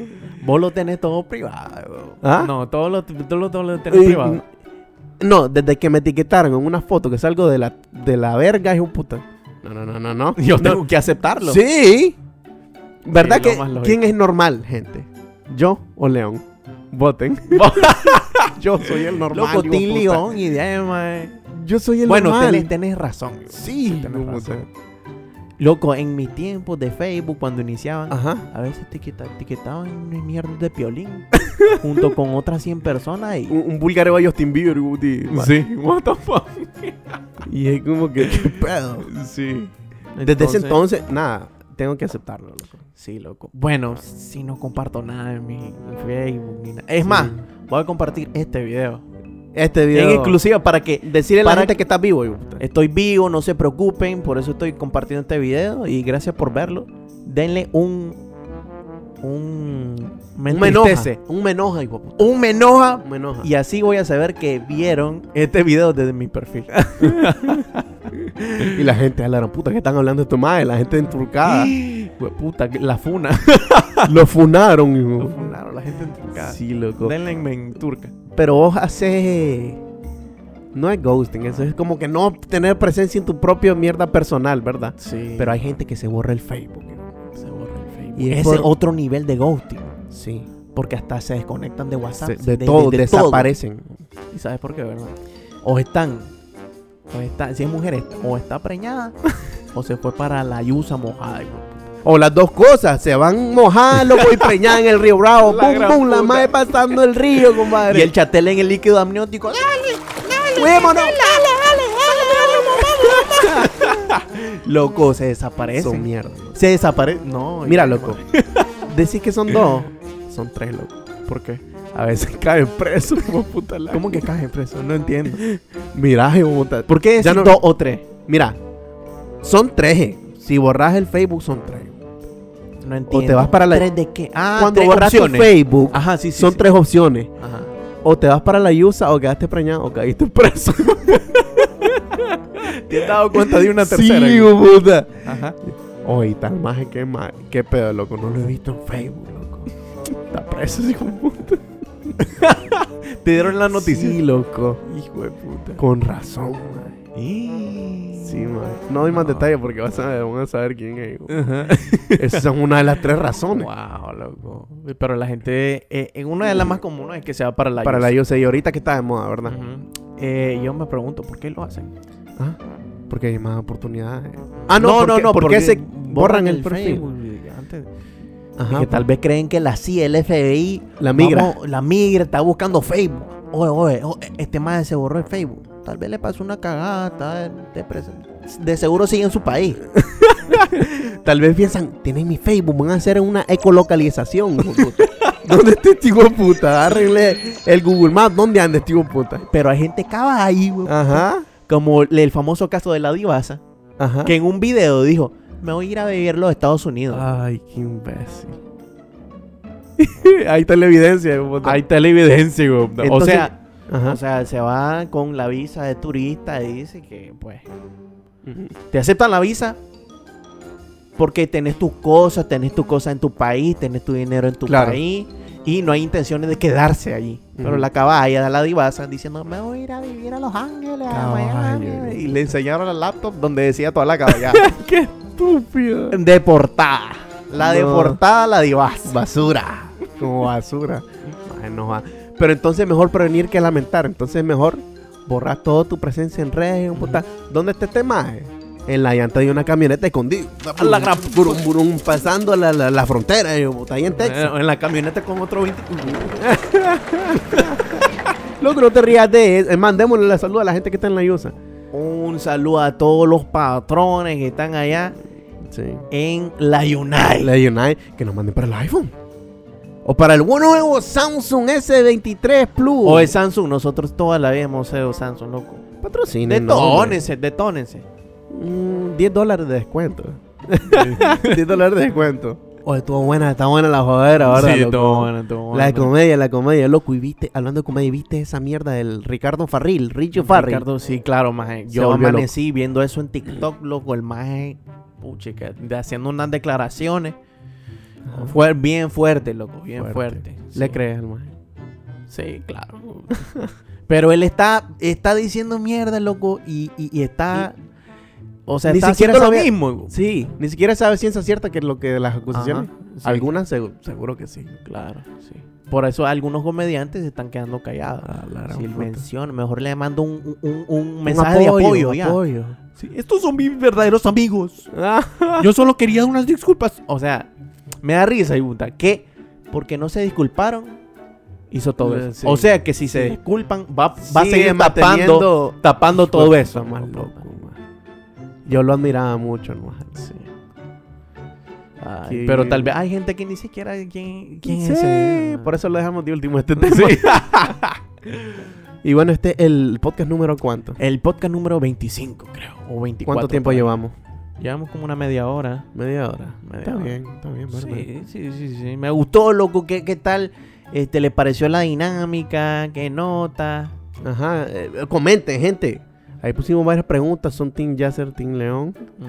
Speaker 1: Vos lo tenés todo privado.
Speaker 2: ¿Ah?
Speaker 4: No, todo lo, todo lo, todo lo tenés
Speaker 2: Y-
Speaker 4: privado.
Speaker 2: No, desde que me etiquetaron en una foto que salgo de la, de la verga, hijo de puta. No, no, no, no, no.
Speaker 4: Yo
Speaker 2: No,
Speaker 4: tengo que aceptarlo.
Speaker 2: Sí. ¿Verdad
Speaker 4: Sí, lo más
Speaker 2: que
Speaker 4: lógico.
Speaker 2: quién es normal, gente? ¿Yo o León? Voten. Yo soy el normal.
Speaker 1: Loco,
Speaker 2: hijo de
Speaker 1: Tim
Speaker 2: puta.
Speaker 1: León y de además.
Speaker 2: Yo soy el
Speaker 1: eh. Bueno,
Speaker 2: normal.
Speaker 1: tenés, tenés razón. güey.
Speaker 2: Sí,
Speaker 1: tenés
Speaker 2: hijo de puta.
Speaker 1: razón. Loco, en mis tiempos de Facebook, cuando iniciaban,
Speaker 2: Ajá.
Speaker 1: a veces te quita- etiquetaban unas mierdas de piolín junto con otras 100 personas y.
Speaker 2: Un, un búlgaro de Justin Bieber. hijo de puta.
Speaker 4: Sí. What the fuck?
Speaker 2: Y es como que, ¿qué pedo?
Speaker 4: Sí.
Speaker 2: Desde ese entonces, nada, tengo que aceptarlo, loco.
Speaker 1: Sí, loco. Bueno, si no comparto nada en mi Facebook ni nada. Es más, voy a compartir este video.
Speaker 2: Este video.
Speaker 1: En exclusiva para que
Speaker 2: Decirle a la
Speaker 1: para
Speaker 2: gente que Este estás vivo, hijo de puta.
Speaker 1: Estoy vivo, no se preocupen, por eso estoy compartiendo este video y gracias por verlo. Denle un un me
Speaker 2: Un me enoja.
Speaker 1: entristece.
Speaker 2: Un me enoja, hijo de puta.
Speaker 1: un me enoja
Speaker 2: Un me enoja.
Speaker 1: y así voy a saber que vieron este video desde mi perfil.
Speaker 2: Y la gente, a la gran puta, que están hablando estos madres, la gente enturcada.
Speaker 1: Puta, la funa.
Speaker 2: Lo funaron, hijo.
Speaker 1: Claro, la gente enturcada.
Speaker 2: Sí, loco.
Speaker 4: Denle en- en turca.
Speaker 2: Pero vos haces. No es ghosting, eso es como que no tener presencia en tu propia mierda personal, ¿verdad?
Speaker 1: Sí.
Speaker 2: Pero hay gente que se borra el Facebook.
Speaker 1: se borra el Facebook.
Speaker 2: Y
Speaker 1: Y
Speaker 2: es
Speaker 1: ese
Speaker 2: por-
Speaker 1: es otro nivel de ghosting,
Speaker 2: Sí.
Speaker 1: porque hasta se desconectan de WhatsApp,
Speaker 2: Se- de, todo, desaparecen.
Speaker 1: ¿Y sabes por qué, verdad? O están, o están, si es mujer, est- o está preñada, o se fue para la yusa mojada. hijo de puta.
Speaker 2: O las dos cosas, se van mojadas, loco, y preñadas en el río Bravo.
Speaker 4: La
Speaker 2: ¡Bum,
Speaker 4: gran
Speaker 2: bum! La
Speaker 4: puta.
Speaker 2: madre pasando el río, compadre.
Speaker 1: Y el chatel en el líquido amniótico. ¡Dale!
Speaker 2: ¡Huémonos!
Speaker 1: Loco, se desaparece.
Speaker 2: Son mierda.
Speaker 1: Se desaparece. No,
Speaker 2: Mira, loco. Decís que son dos, son tres, loco.
Speaker 4: ¿Por qué?
Speaker 2: A veces caen presos, como puta la.
Speaker 1: ¿Cómo que caes preso? No entiendo.
Speaker 2: Mira, hijo de puta.
Speaker 1: ¿Por qué
Speaker 2: Ya
Speaker 1: decís
Speaker 2: no-
Speaker 1: dos o tres?
Speaker 2: Mira, son tres. eh. Si borras el Facebook, son tres.
Speaker 1: No entiendo.
Speaker 2: vas para la-
Speaker 1: ¿Tres de qué? Ah,
Speaker 2: Cuando
Speaker 1: tres
Speaker 2: borras tu
Speaker 1: opciones.
Speaker 2: Facebook,
Speaker 1: Ajá, sí, sí.
Speaker 2: son
Speaker 1: sí.
Speaker 2: tres opciones.
Speaker 1: Ajá.
Speaker 2: O te vas para la Yusa, o quedaste preñado, o caíste preso.
Speaker 4: ¿Te has dado cuenta de una tercera?
Speaker 2: sí, hijo de puta.
Speaker 4: Ajá.
Speaker 2: Oye, tal maje, qué mal. Qué pedo, loco. No lo he visto en Facebook, loco. Está preso, hijo de puta.
Speaker 4: Te dieron la noticia.
Speaker 2: Sí, loco.
Speaker 4: Hijo de puta.
Speaker 2: Con razón, mae. Sí, mae. No doy más detalles porque vas a, van a saber quién es. güey.
Speaker 4: Ajá.
Speaker 2: Esas son una de las tres razones.
Speaker 1: Wow, loco. Pero la gente, eh, en una de las más comunes es que se va para la
Speaker 2: Para la
Speaker 1: IUC.
Speaker 2: IOC y ahorita que está de moda, ¿verdad?
Speaker 1: Ujú. Eh, yo me pregunto, ¿por qué lo hacen?
Speaker 2: Ah, Porque hay más oportunidades. Ah, no, no, no, porque, se borran el perfil.
Speaker 1: Facebook, antes.
Speaker 2: Ajá,
Speaker 1: Y que tal vez creen que la CIA, el FBI,
Speaker 2: La migra.
Speaker 1: vamos, la migra está buscando Facebook. Oye, oye, o- este madre se borró el Facebook. Tal vez le pasó una cagada. está de, pres- de seguro sigue en su país.
Speaker 2: Tal vez piensan, tienen mi Facebook, van a hacer una ecolocalización. hijo de puta. ¿Dónde está este hijo de puta? Arregle el Google Maps, ¿dónde anda este hijo de puta?
Speaker 1: Pero hay gente cava ahí, güey.
Speaker 2: Ah. Ajá,
Speaker 1: Como el famoso caso de la divasa,
Speaker 2: ajá.
Speaker 1: que en un video dijo: Me voy a ir a vivir a los Estados Unidos.
Speaker 2: Ay, qué imbécil. Ahí está la evidencia. hijo de puta.
Speaker 4: Ahí está la evidencia, güey. o
Speaker 1: Entonces,
Speaker 4: sea,
Speaker 2: Ajá.
Speaker 1: O sea, se va con la visa de turista y dice que, pues, te aceptan la visa porque tenés tus cosas, tenés tus cosas en tu país, tenés tu dinero en tu
Speaker 2: Claro.
Speaker 1: país y no hay intenciones de quedarse allí. Pero
Speaker 2: Ujú.
Speaker 1: la caballa de la divasa diciendo, me voy a ir a vivir a Los Ángeles, a Miami".
Speaker 2: Caballo.
Speaker 1: Y
Speaker 2: Y le enseñaron la laptop donde decía toda la caballada. ¡Qué estúpido!
Speaker 1: deportada. La
Speaker 2: No.
Speaker 1: deportada, la divasa.
Speaker 2: Basura. Como basura. Ay, no va. Pero entonces mejor prevenir que lamentar. Entonces mejor borrar toda tu presencia en redes. hijo de puta. ¿Dónde está este maje? En la llanta de una camioneta escondida. A la gran- burum, burum, pasando la, la, la frontera. hijo de puta, Ahí en Texas.
Speaker 1: Eh, En la camioneta con otro 20.
Speaker 2: Loco, no te rías de eso. Eh, Mandémosle la salud a la gente que está en la IUSA.
Speaker 1: Un saludo a todos los patrones que están allá
Speaker 2: Sí.
Speaker 1: en la United.
Speaker 2: La Unite, que nos manden para el iPhone. O para el nuevo Samsung S23 Plus.
Speaker 1: O es Samsung, nosotros toda la vida hemos sido Samsung, loco.
Speaker 2: Patrocinen.
Speaker 1: Detónense, detónense.
Speaker 2: Mm, 10 dólares de descuento. 10 dólares de descuento. Oye, estuvo buena, está buena la jodera ahora.
Speaker 4: sí,
Speaker 2: loco.
Speaker 4: todo bueno, todo
Speaker 2: La de
Speaker 4: bueno.
Speaker 2: comedia, la comedia, loco. Y viste, hablando de comedia, viste esa mierda del Ricardo Farril, Richo Farril.
Speaker 1: Ricardo, sí, claro, maje.
Speaker 2: Se
Speaker 1: Yo
Speaker 2: volvió
Speaker 1: amanecí viendo eso en TikTok, loco, el maje, puchica, de- haciendo unas declaraciones. Fue bien fuerte, loco, bien fuerte.
Speaker 2: Le
Speaker 1: sí.
Speaker 2: crees, hermano.
Speaker 1: Sí, claro. Pero él está, está diciendo mierda, loco, y, y- y está. O sea,
Speaker 2: Ni
Speaker 1: está
Speaker 2: siquiera
Speaker 1: haciendo lo
Speaker 2: sabía-
Speaker 1: mismo.
Speaker 2: Sí, ni siquiera sabe ciencia cierta que es lo que de las acusaciones.
Speaker 1: Ajá, sí.
Speaker 2: Algunas segu- seguro que sí.
Speaker 1: Claro, sí. Por eso algunos comediantes se están quedando callados. Si menciona, mejor le mando un, un- un mensaje de apoyo ya. Sí, estos son mis verdaderos amigos.
Speaker 2: Ah,
Speaker 1: Yo solo quería unas disculpas. Ah. O sea, me da risa, y puta. ¿Qué? Porque no se disculparon, hizo todo
Speaker 2: Eh,
Speaker 1: eso.
Speaker 2: sí.
Speaker 1: O sea que si se
Speaker 2: Sí.
Speaker 1: disculpan, va, va a seguir tapando, tapando todo eso.
Speaker 2: Más loco, man. Yo lo admiraba mucho, hermano.
Speaker 1: Sí. Ay,
Speaker 2: Qué-
Speaker 1: pero tal vez hay gente que ni siquiera quién, quién es
Speaker 2: Sí,
Speaker 1: ese?
Speaker 2: por eso lo dejamos de último este tema. y bueno, este el podcast número cuánto.
Speaker 1: El podcast número 25, creo. O 24.
Speaker 2: ¿Cuánto tiempo
Speaker 1: por ahí.
Speaker 2: llevamos?
Speaker 1: Llevamos como una media hora.
Speaker 2: Media hora.
Speaker 1: Media
Speaker 2: está
Speaker 1: hora.
Speaker 2: bien, está bien, ¿verdad?
Speaker 1: Sí, sí, sí, sí. Me gustó, loco. ¿Qué, qué tal? Este, ¿Le pareció la dinámica? ¿Qué nota?
Speaker 2: Ajá, eh, comenten, gente. Ahí pusimos varias preguntas, son Team Yasser, Team León.
Speaker 1: Ujú.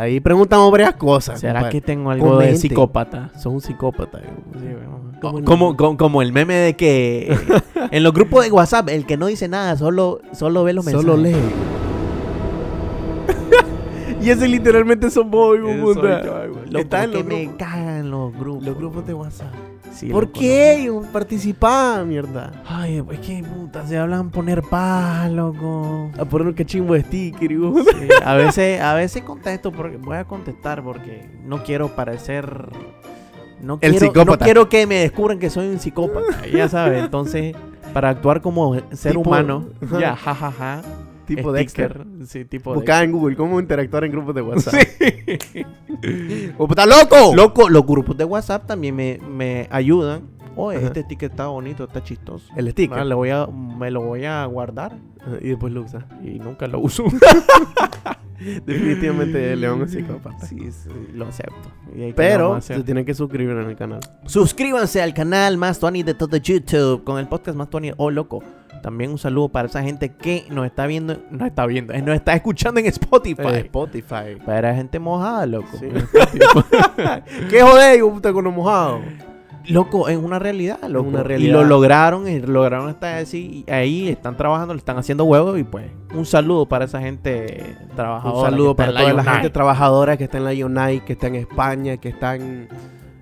Speaker 2: Ahí preguntamos varias cosas.
Speaker 1: ¿Será
Speaker 2: compadre.
Speaker 1: que tengo algo de
Speaker 2: comenten.
Speaker 1: psicópata?
Speaker 2: son un psicópata? yo.
Speaker 1: Co- Como, como, como el meme de que eh, en los grupos de WhatsApp, el que no dice nada, solo, solo ve los mensajes.
Speaker 2: Solo lee. y ese literalmente son vos, hijo de
Speaker 4: Ese
Speaker 2: puta.
Speaker 4: soy yo, hijo de
Speaker 1: Loco,
Speaker 2: Está en
Speaker 1: que
Speaker 2: los
Speaker 1: me
Speaker 2: grupos.
Speaker 1: cagan los grupos.
Speaker 2: Los grupos de WhatsApp.
Speaker 1: Sí,
Speaker 2: ¿Por
Speaker 1: loco,
Speaker 2: qué? hijo? Participá, mierda.
Speaker 1: no. Ay, pues que puta, se hablan poner paz, loco.
Speaker 2: A poner un cachimbo de sticker, hijo.
Speaker 1: Sí, a veces, a veces contesto porque voy a contestar porque no quiero parecer no
Speaker 2: El
Speaker 1: quiero,
Speaker 2: psicópata.
Speaker 1: No quiero que me descubran que soy un psicópata, ya sabes. Entonces, para actuar como ser
Speaker 2: Tipo-
Speaker 1: humano,
Speaker 2: Ajá.
Speaker 1: ya, jajaja.
Speaker 2: Tipo Dexter.
Speaker 1: Sí, tipo
Speaker 2: Buscaba en Google cómo interactuar en grupos de WhatsApp.
Speaker 1: Dexter.
Speaker 2: ¡Oh, puta loco!
Speaker 1: Loco, los grupos de WhatsApp también me, me ayudan. Oye,
Speaker 2: Ajá.
Speaker 1: este ticket está bonito, está chistoso.
Speaker 2: El sticker.
Speaker 1: Ah, le voy a, me lo voy a guardar
Speaker 2: Ah, Y después lo usa.
Speaker 1: y nunca lo uso.
Speaker 2: Definitivamente León es psicópata.
Speaker 1: Sí, sí, lo acepto. Y ahí quedamos,
Speaker 2: Pero
Speaker 1: o sea.
Speaker 2: se tienen que suscribir en el canal.
Speaker 1: Suscríbanse al canal Más Tuani de todo YouTube con el podcast Más Tuani. Oh, loco. También un saludo para esa gente que nos está viendo, nos está viendo, eh, nos está escuchando en Spotify.
Speaker 2: En Eh, Spotify.
Speaker 1: para gente mojada, loco.
Speaker 2: Sí. ¿Qué joder, hijo de puta, con lo mojado?
Speaker 1: Loco, es una realidad, loco.
Speaker 2: una
Speaker 1: Y
Speaker 2: realidad.
Speaker 1: lo lograron, y lograron estar así, y ahí están trabajando, le están haciendo huevos y pues un saludo para esa gente trabajadora.
Speaker 2: Un
Speaker 1: que
Speaker 2: saludo
Speaker 1: está
Speaker 2: para
Speaker 1: en
Speaker 2: toda la
Speaker 1: United.
Speaker 2: gente trabajadora que está en la Unite, que está en España, que está en,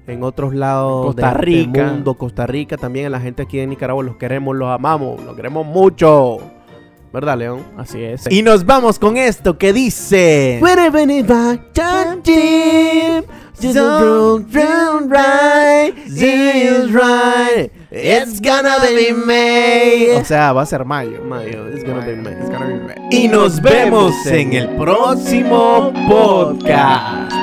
Speaker 2: en otros lados
Speaker 1: Costa
Speaker 2: del- del
Speaker 1: Rica.
Speaker 2: mundo, Costa Rica, también a la gente aquí en Nicaragua, los queremos, los amamos, los queremos mucho. ¿Verdad, León?
Speaker 1: Así es.
Speaker 2: Y nos vamos con esto que dice. It's gonna be May.
Speaker 1: O sea, va a ser mayo.
Speaker 2: Mayo, it's gonna be May. It's gonna be May.
Speaker 1: Y nos vemos en el próximo podcast.